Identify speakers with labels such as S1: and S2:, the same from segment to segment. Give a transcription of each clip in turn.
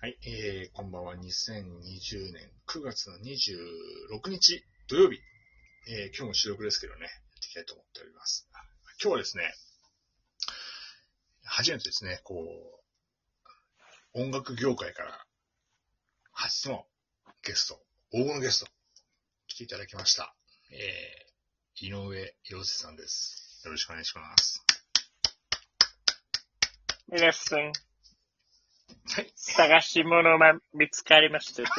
S1: はい、えー、こんばんは。2020年9月の26日土曜日。えー、今日も収録ですけどね、やっていきたいと思っております。今日はですね、初めてですね、こう、音楽業界から初のゲスト、黄金のゲスト、来ていただきました。えー、井上陽介さんです。よろしくお願いします。
S2: 皆さん、
S1: はい。
S2: 探し物が見つかりましたでしょ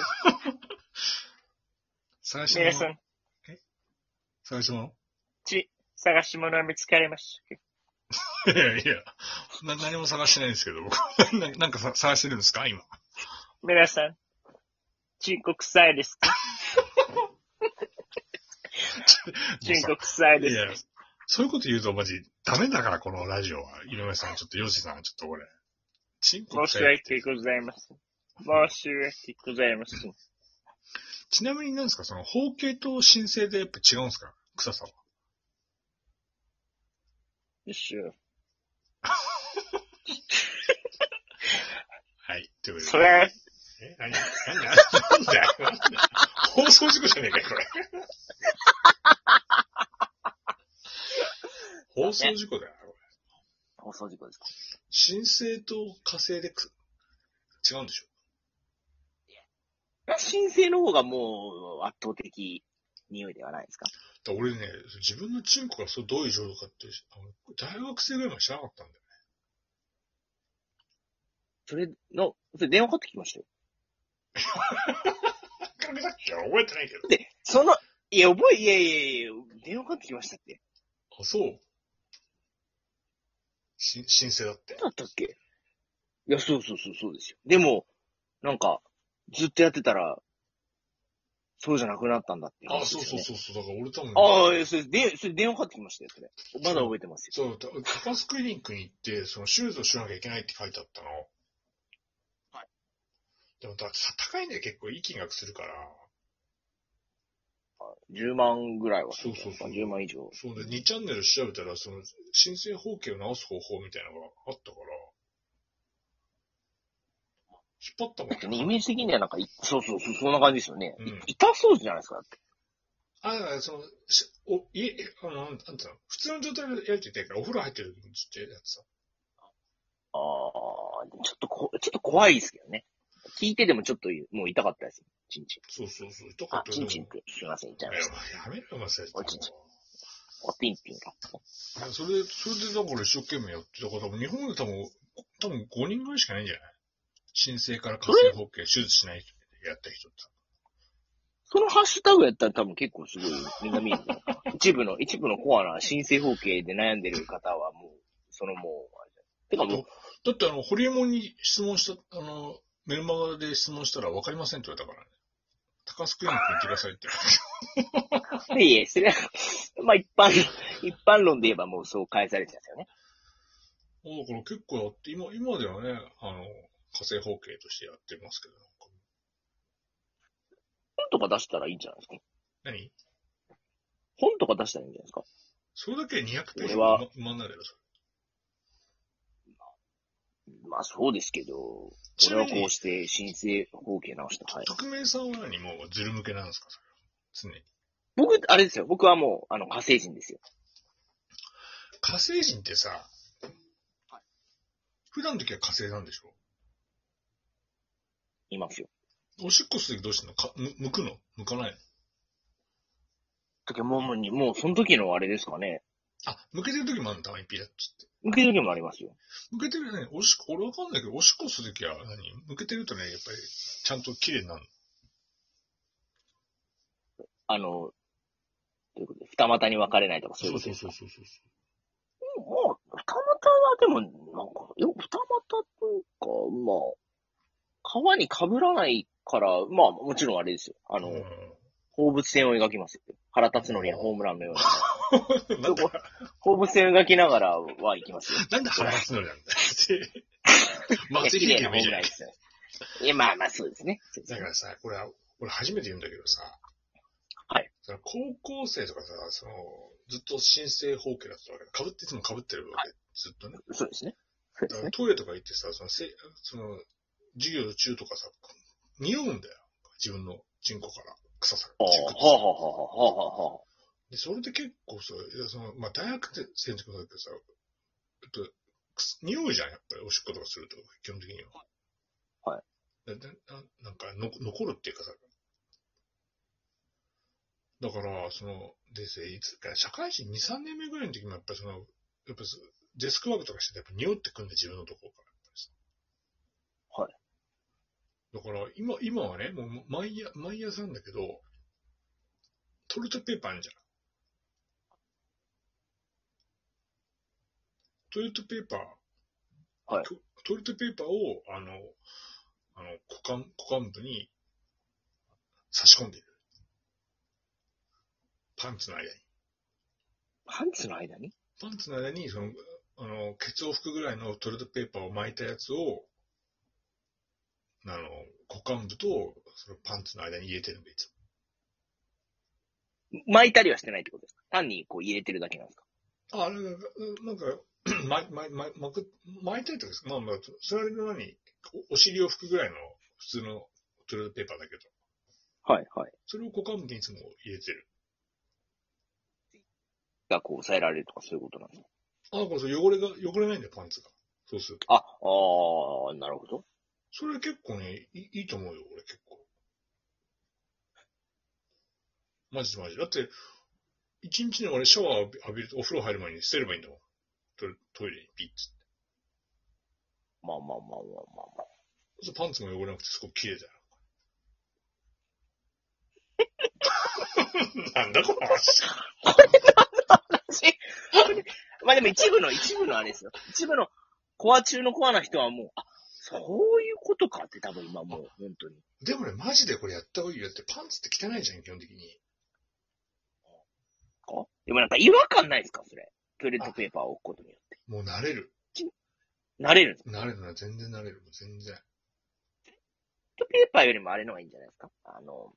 S1: 探し
S2: 皆さ
S1: 物、
S2: ん、
S1: 探し物
S2: ち、探し物は見つかりましたか
S1: いやいや、な何も探してないんですけど、僕。 ななんかさ探してるんですか今。
S2: 皆さん、ちんこ臭いですかちんこ臭い
S1: い
S2: です
S1: や
S2: か、
S1: そういうこと言うとマジ、ダメだから、このラジオは。井上さん、ちょっと、ヨシさん、ちょっとこれ。チンコ
S2: 申
S1: 臭
S2: し
S1: いって
S2: 訳ございません。申し訳ございません。
S1: ちなみになんですかその、包茎と申請でやっぱ違うんですか臭さは。
S2: 一緒。
S1: はい。ということで。
S2: それ、
S1: え何何何何だよ。何だよ放送事故じゃねえかよ、これ。放送事故だよ、これ。
S2: 放送事故ですか
S1: 申請と火星でく違うんでしょ
S3: 申請の方がもう圧倒的匂いではないですか
S1: だから俺ね、自分のチンコがそうどういう状況かって、あの大学生ぐらいまで知らなかったんだよね。
S3: それの、それ電話かかってきましたよ。
S1: なんかだっけ覚えてないけど。
S3: で、その、いや、覚え、いやいやいや、電話かかってきましたって。
S1: あ、そう。し申請だって。
S3: どうだったっけいや、そうそうそう、そうですよ。でも、なんか、ずっとやってたら、そうじゃなくなったんだっていう
S1: あ、
S3: 話
S1: そう
S3: ですよ
S1: そう
S3: ね、
S1: そうそう。だから俺多分、
S3: ああ、いやそれ、で、それ電話かかってきましたよ、それ。まだ覚えてますよ。
S1: そう、た高須クリニックに行って、その手術をしなきゃいけないって書いてあったの。
S3: はい。
S1: でもだってさ高いんだよ、結構いい金額するから。
S3: 10万ぐらいは。
S1: そうそうそう
S3: 10万以上。
S1: そうで、2チャンネル調べたら、その、申請方形を直す方法みたいなのがあったから、引っ張ったもん
S3: だってね、イメージ的にはなんかい、そうそうそう、そんな感じですよね。
S1: うん
S3: い痛そうじゃないですか、だって。
S1: あ、だから、その、しお、いえ、あの、なんなんつうの、普通の状態でやるって言ったから、お風呂入ってる時にちっちゃいやつさ。
S3: ああ、でもちょっとこ、ちょっと怖いですけどね。聞いてでもちょっと、もう痛かったですよ。チンチン。
S1: そうそうそう。とか
S3: あ
S1: っ、て
S3: チンチンって、すいません、言っちゃい
S1: や
S3: ました。
S1: やめろよ、マサヤ
S3: おいちんちおピンピンか。
S1: それで、それでだから一生懸命やってたから、多分日本で多分、多分5人ぐらいしかないんじゃない申請から火星方形、手術しない人やった人って。
S3: そのハッシュタグやったら多分結構すごい、みんな見える。一部の、一部のコアな申請方形で悩んでる方はもう、そのもうあれじゃん、てかもう、
S1: だってあの、ホリエモンに質問した、あの、メルマガで質問したら分かりませんって言われたからね。高須クリニックに行ってくださいって言われて。
S3: いえいえ、それは、まあ一般、一般論で言えばもうそう返されちゃうんですよね。
S1: もうだから結構やって、今、今ではね、あの、火星方形としてやってますけど、なんか
S3: 本とか出したらいいんじゃないですか。
S1: 何
S3: 本とか出したらいいんじゃないですか。
S1: それだけで200ページ
S3: 俺は
S1: 埋まんないだろ、それ
S3: まあそうですけど、
S1: ち
S3: 俺
S1: な
S3: は
S1: みに
S3: こうして申請方形直した。はい。
S1: 匿名さんは何もうズル向けなんですか、それは。常に。
S3: 僕、あれですよ。僕はもう、あの、火星人ですよ。
S1: 火星人ってさ、普段の時は火星なんでしょ
S3: いますよ。
S1: おしっこする時どうしてんのかむ向くの向かないの
S3: だけどもう、もう、もう、その時のあれですかね。
S1: あ、向けてる時もあるんだ、IP だっつって。
S3: 受け時もありますよ。
S1: 向けてるね、おしっこ、俺わかんないけど、おしっこするときは何、向けてるとね、やっぱり、ちゃんと綺麗になる
S3: あの、ということで、二股に分かれないとかそういう
S1: の。
S3: ことですか。
S1: そうそう。
S3: もう、二股はでも、なんか、よ、二股というか、まあ、皮に被らないから、まあ、もちろんあれですよ。あ
S1: あ
S3: の、
S1: の
S3: 放物線を描きますよ。原辰徳やホームランのような。
S1: ー、なんで、
S3: 放物線を描きながらは行きますよ。
S1: なんで腹立つの なんだよ。松
S3: 綺
S1: 井秀
S3: 麗
S1: 喜で
S3: な
S1: も
S3: ホ
S1: いい
S3: ー
S1: じ
S3: ム
S1: ゃな
S3: ラン
S1: い
S3: ですよ。いや、まあまあ、そうですね。そうです
S1: だ
S3: ね
S1: からさ、これは、俺初めて言うんだけどさ、
S3: はい。
S1: その高校生とかさ、その、ずっと申請方形だったわけだ。被って、いつも被ってるわけ。ずっとね。
S3: そうですね。そうで
S1: だ
S3: す
S1: から。
S3: ね
S1: トイレとか行ってさ、その、せその授業中とかさ、匂うんだよ。自分のチンコから、臭さ
S3: あ
S1: が。
S3: あ、は
S1: チンコ
S3: あ、はあ、はあ、はあ、はあ。
S1: で、それで結構さ、いやその、まあ、大学生の時もそうだけどさ、ちょっと、くす匂うじゃん、やっぱり、おしっことかすると、基本的には。。
S3: はい
S1: で、でななんかの、残るっていうかさ、だから、その、でさ、いつか、社会人2、3年目ぐらいの時も、やっぱりその、やっぱすデスクワークとかしてて、やっぱ匂ってくんで、自分のところから、やっぱりさ。
S3: はい。
S1: だから、今、今はね、もう、毎夜、毎朝なんだけど、トイレットペーパーあるじゃん。トイレットペーパー。
S3: はい
S1: トトイレットペーパーを、あの、あの、股間、股間部に差し込んでいる。パンツの間に。
S3: パンツの間に
S1: パンツの間に、その、あの、ケツを拭くぐらいのトイレットペーパーを巻いたやつを、あの、股間部と、そのパンツの間に入れてるんで、いつも。
S3: 巻いたりはしてないってことですか単にこう入れてるだけなんですか
S1: あ、あれ、なんか、 なんか、ま、ま、ま、まく、巻いたりとかですまあまあ、それの何、おお尻を拭くぐらいの普通のトイレットペーパーだけど、
S3: はい、はい。
S1: それを股間部にいつも入れてる。
S3: がこう抑えられるとかそういうことなんですか
S1: あ、これそう汚れが、汚れないんだよ、パンツが。そうすると。
S3: あ、ああ、なるほど。
S1: それ結構ね、いいいいと思うよ、俺結構。マジでマジで。だって、一日に俺シャワー浴び浴びると、お風呂入る前に捨てればいいんだもん。トイレトイレにピッつって。
S3: まあまあまあまあまあ まあ。
S1: そうパンツも汚れなくてすごく綺麗だよ。 なんだこの話。
S3: まあでも一部の、一部のあれですよ。一部のコア中のコアな人はもう、あ、そういうことかって多分今もう、本当に。
S1: でもね、マジでこれやった方がいいよ。だってパンツって汚いじゃん、基本的に。
S3: こうでもなんか違和感ないですかそれ。トイレットペーパーを置くことによって。
S1: もう慣れる。
S3: 慣れるんですか
S1: 慣れるなら全然慣れる。もう全然。
S3: トイレットペーパーよりもあれの方がいいんじゃないですかあの、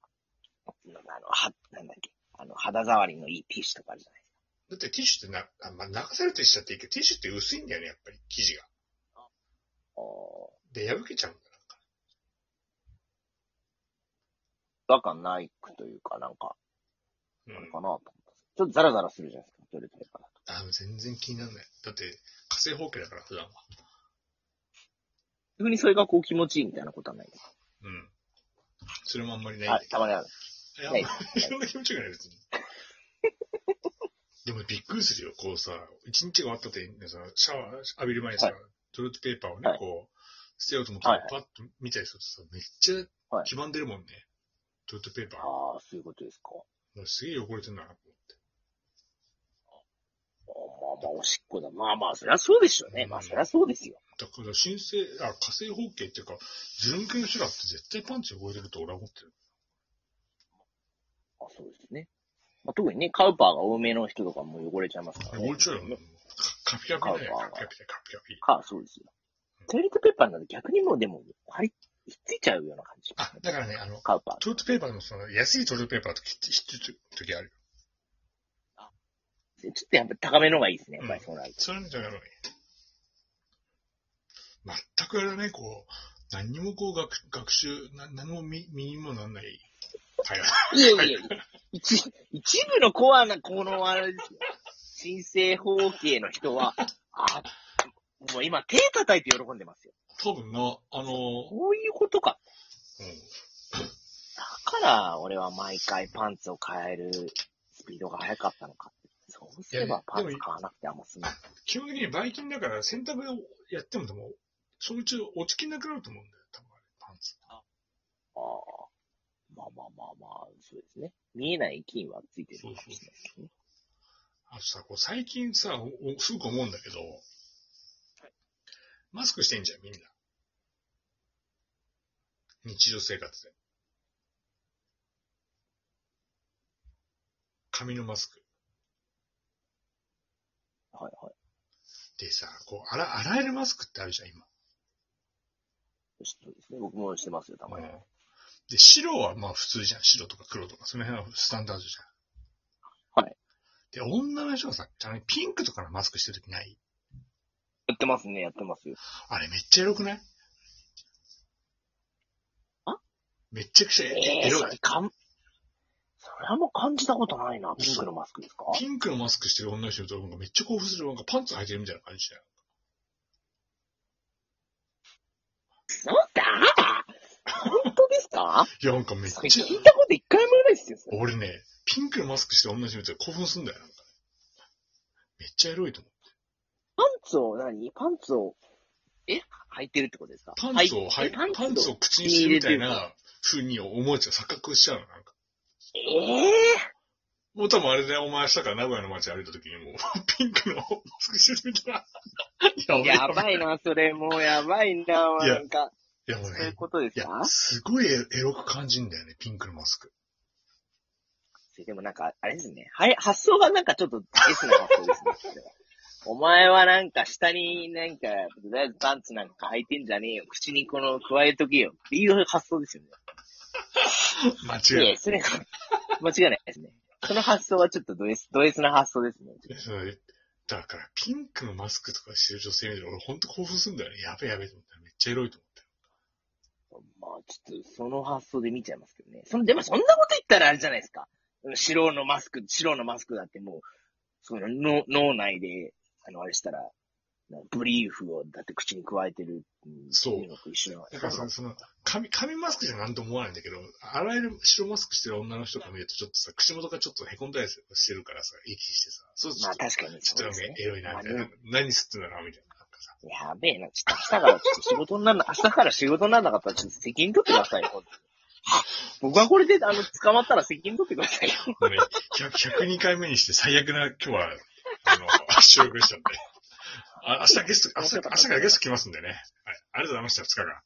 S3: なんだあの、は、なんだっけ。あの、肌触りのいいティッシュとかあるじゃないですか。
S1: だってティッシュってな、あまあ、流されてしちゃっていいけど、ティッシュって薄いんだよね、やっぱり、生地が。
S3: あ
S1: で、破けちゃうんだよ。
S3: あ、違和感ないくというか、なんか、
S1: う
S3: あれ
S1: ん、
S3: かなと思ったんですちょっとザラザラするじゃないですか、トイレットペーパーだと。
S1: あ全然気にならない。だって、火星放棄だから、普段は。
S3: 逆にそれがこう気持ちいいみたいなことはないですか。
S1: うん。それもあんまりないん
S3: あ
S1: だけ、ど。
S3: たまにある。
S1: いや、
S3: ない
S1: そんな気持ちがない、別に。でもびっくりするよ、こうさ、一日が終わったって、ね、さシャワー浴びる前にさ、
S3: はい
S1: トイレットペーパーをね、
S3: はい
S1: こう、捨てようと思った
S3: はい
S1: ら
S3: は、
S1: パッと見たりするとさ、めっち
S3: は
S1: ゃ
S3: い
S1: 黄ばんでるもんね。トイレットペーパー。
S3: ああ、そういうことですか。
S1: もうすげえ汚れてんな、と思って。
S3: まあまあ、おしっこだ。まあまあ、そりゃそうでしょうね。まあ、そりゃそうですよ。
S1: だから、申請、あ、火星方形っていうか、ズル向けの人だって絶対パンチ汚れてると俺は思ってる。
S3: あそうですね。まあ、特にね、カウパーが多めの人とかも汚れちゃいますからね。
S1: 汚れちゃうよ、もう。カピカピだよ、
S3: あああ
S1: カピカピだよ、カピカピ。
S3: か、そうですよ。トイレットペーパーなんて逆にもうでも、張り、ひっついちゃうような感じ。
S1: あ、だからね、あの、
S3: カウパー。
S1: トイレットペーパーでもその安いトイレットペーパーと切って、切ってる時あるよ。
S3: ちょっとやっぱ高めの方がいいですね。やっぱりそうなると。
S1: そういうのじゃないのに。全くあれだね、こう、何にもこう学学習、な何も身身にもなんない会話。
S3: いえいえ、一、一部のコアな、このあれですよ。新生方形の人は、あ、もう今手叩いて喜んでますよ。
S1: 多分な、あの、
S3: こういうことか。
S1: うん
S3: だから、俺は毎回パンツを変えるスピードが速かったのか。そうすればパンツ買わなくてあんま済む。
S1: 基本的にバイキンだから洗濯をやってもでも、そのうち落ちきんなくなると思うんだよ、多分あれ、パンツ。
S3: ああ。まあまあまあまあ、そうですね。見えない菌はついてるかもしれないですね。
S1: あとさ、こう最近さ、おおすごく思うんだけど、マスクしてんじゃん、みんな。日常生活で。紙のマスク。
S3: はいはい。
S1: でさ、こう、洗洗えるマスクってあるじゃん、今。
S3: そうですね。僕もしてますよ、たまに。
S1: うんで、白はまあ普通じゃん。白とか黒とか、その辺はスタンダードじゃん。
S3: はい。
S1: で、女の人がさ、たまにピンクとかのマスクしてるときない
S3: やってますね、やってますよ。
S1: あれめっちゃエロくないめっちゃくちゃ
S3: え
S1: エ
S3: え
S1: ロ
S3: そ
S1: い
S3: れ。かん、それはもう感じたことないな。ピンクのマスクですか
S1: ピンクのマスクしてる女の人となんかめっちゃ興奮する。なんかパンツ履いてるみたいな感じだよ。
S3: なんだ本当ですか
S1: いや、なんかめっ
S3: それ
S1: ちゃ、
S3: 聞いたこと一回もないですよ。それ
S1: 俺ね、ピンクのマスクしてる女の人見たら興奮するんだよ。なんかねめっちゃエロいと思う。
S3: パンツを何パンツを、え履いてるってことですか
S1: パンツを、
S3: は
S1: はいい、
S3: え
S1: パ
S3: パンツを
S1: ンツを口にしてるみたい
S3: 入れ
S1: な風に思えちゃう。錯覚しちゃうの。なんか。
S3: ええ
S1: もう多分あれだよ、お前明日から名古屋の街歩いた時にもう、 ピンクのマスクしてるみたいな。やべえ
S3: やばいな、それ。もうやばいな、
S1: いや
S3: なんか。
S1: いや、もう
S3: そういう
S1: ね、
S3: ことで
S1: い
S3: す
S1: や
S3: か、
S1: すごいエロく感じんだよね、ピンクのマスク。
S3: でもなんか、あれですね。はい、発想がなんかちょっと S な発想ですねそれは。お前はなんか下になんか、とりあえずパンツなんか履いてんじゃねえよ。口にこの加えとけよ。っていう発想ですよね。
S1: 間
S3: い
S1: 違いない
S3: や、それ、間違いないですね。その発想はちょっとド S、ド S な発想ですね。
S1: いやそれ。だから、ピンクのマスクとかしてる女性見て俺ほんと興奮するんだよね。やべえやべえと思っためっちゃエロいと思ったよ
S3: まあ、ちょっと、その発想で見ちゃいますけどね。その、でもそんなこと言ったらあれじゃないですか。白のマスク、白のマスクだってもう、その、の脳内で、あの、あれしたら、ブリーフを、だって口に加えてる。ん
S1: そう
S3: っていのと一緒なわけ
S1: だ
S3: で
S1: から
S3: す
S1: そ
S3: よ
S1: の、その、紙、紙マスクじゃなんとも思わないんだけど、あらゆる白マスクしてる女の人が見ると、ちょっとさ、口元がちょっとへこんだりしてるからさ、息してさ、そうち
S3: ま
S1: ょ
S3: あ、
S1: っと、
S3: 確かに
S1: ちょっ
S3: そ
S1: とな
S3: うで
S1: ん
S3: す
S1: か
S3: ね。
S1: エロいな、みたい
S3: ま
S1: な
S3: あ。
S1: 何吸ってんだな、みたいな。なんかさ、
S3: やべえな、ちょっと明日からちょっと仕事にならな、明日から仕事にならなかったらちょっと責任取ってくださいよ。 本当に僕はこれで、あの、捕まったら責任取ってくださいよ。
S1: もうね、100 102回目にして最悪な、今日は、あ の、収録でしたんで。あ明日ゲスト、明日、明日からゲスト来ますんでね。はい。ありがとうございました、塚川。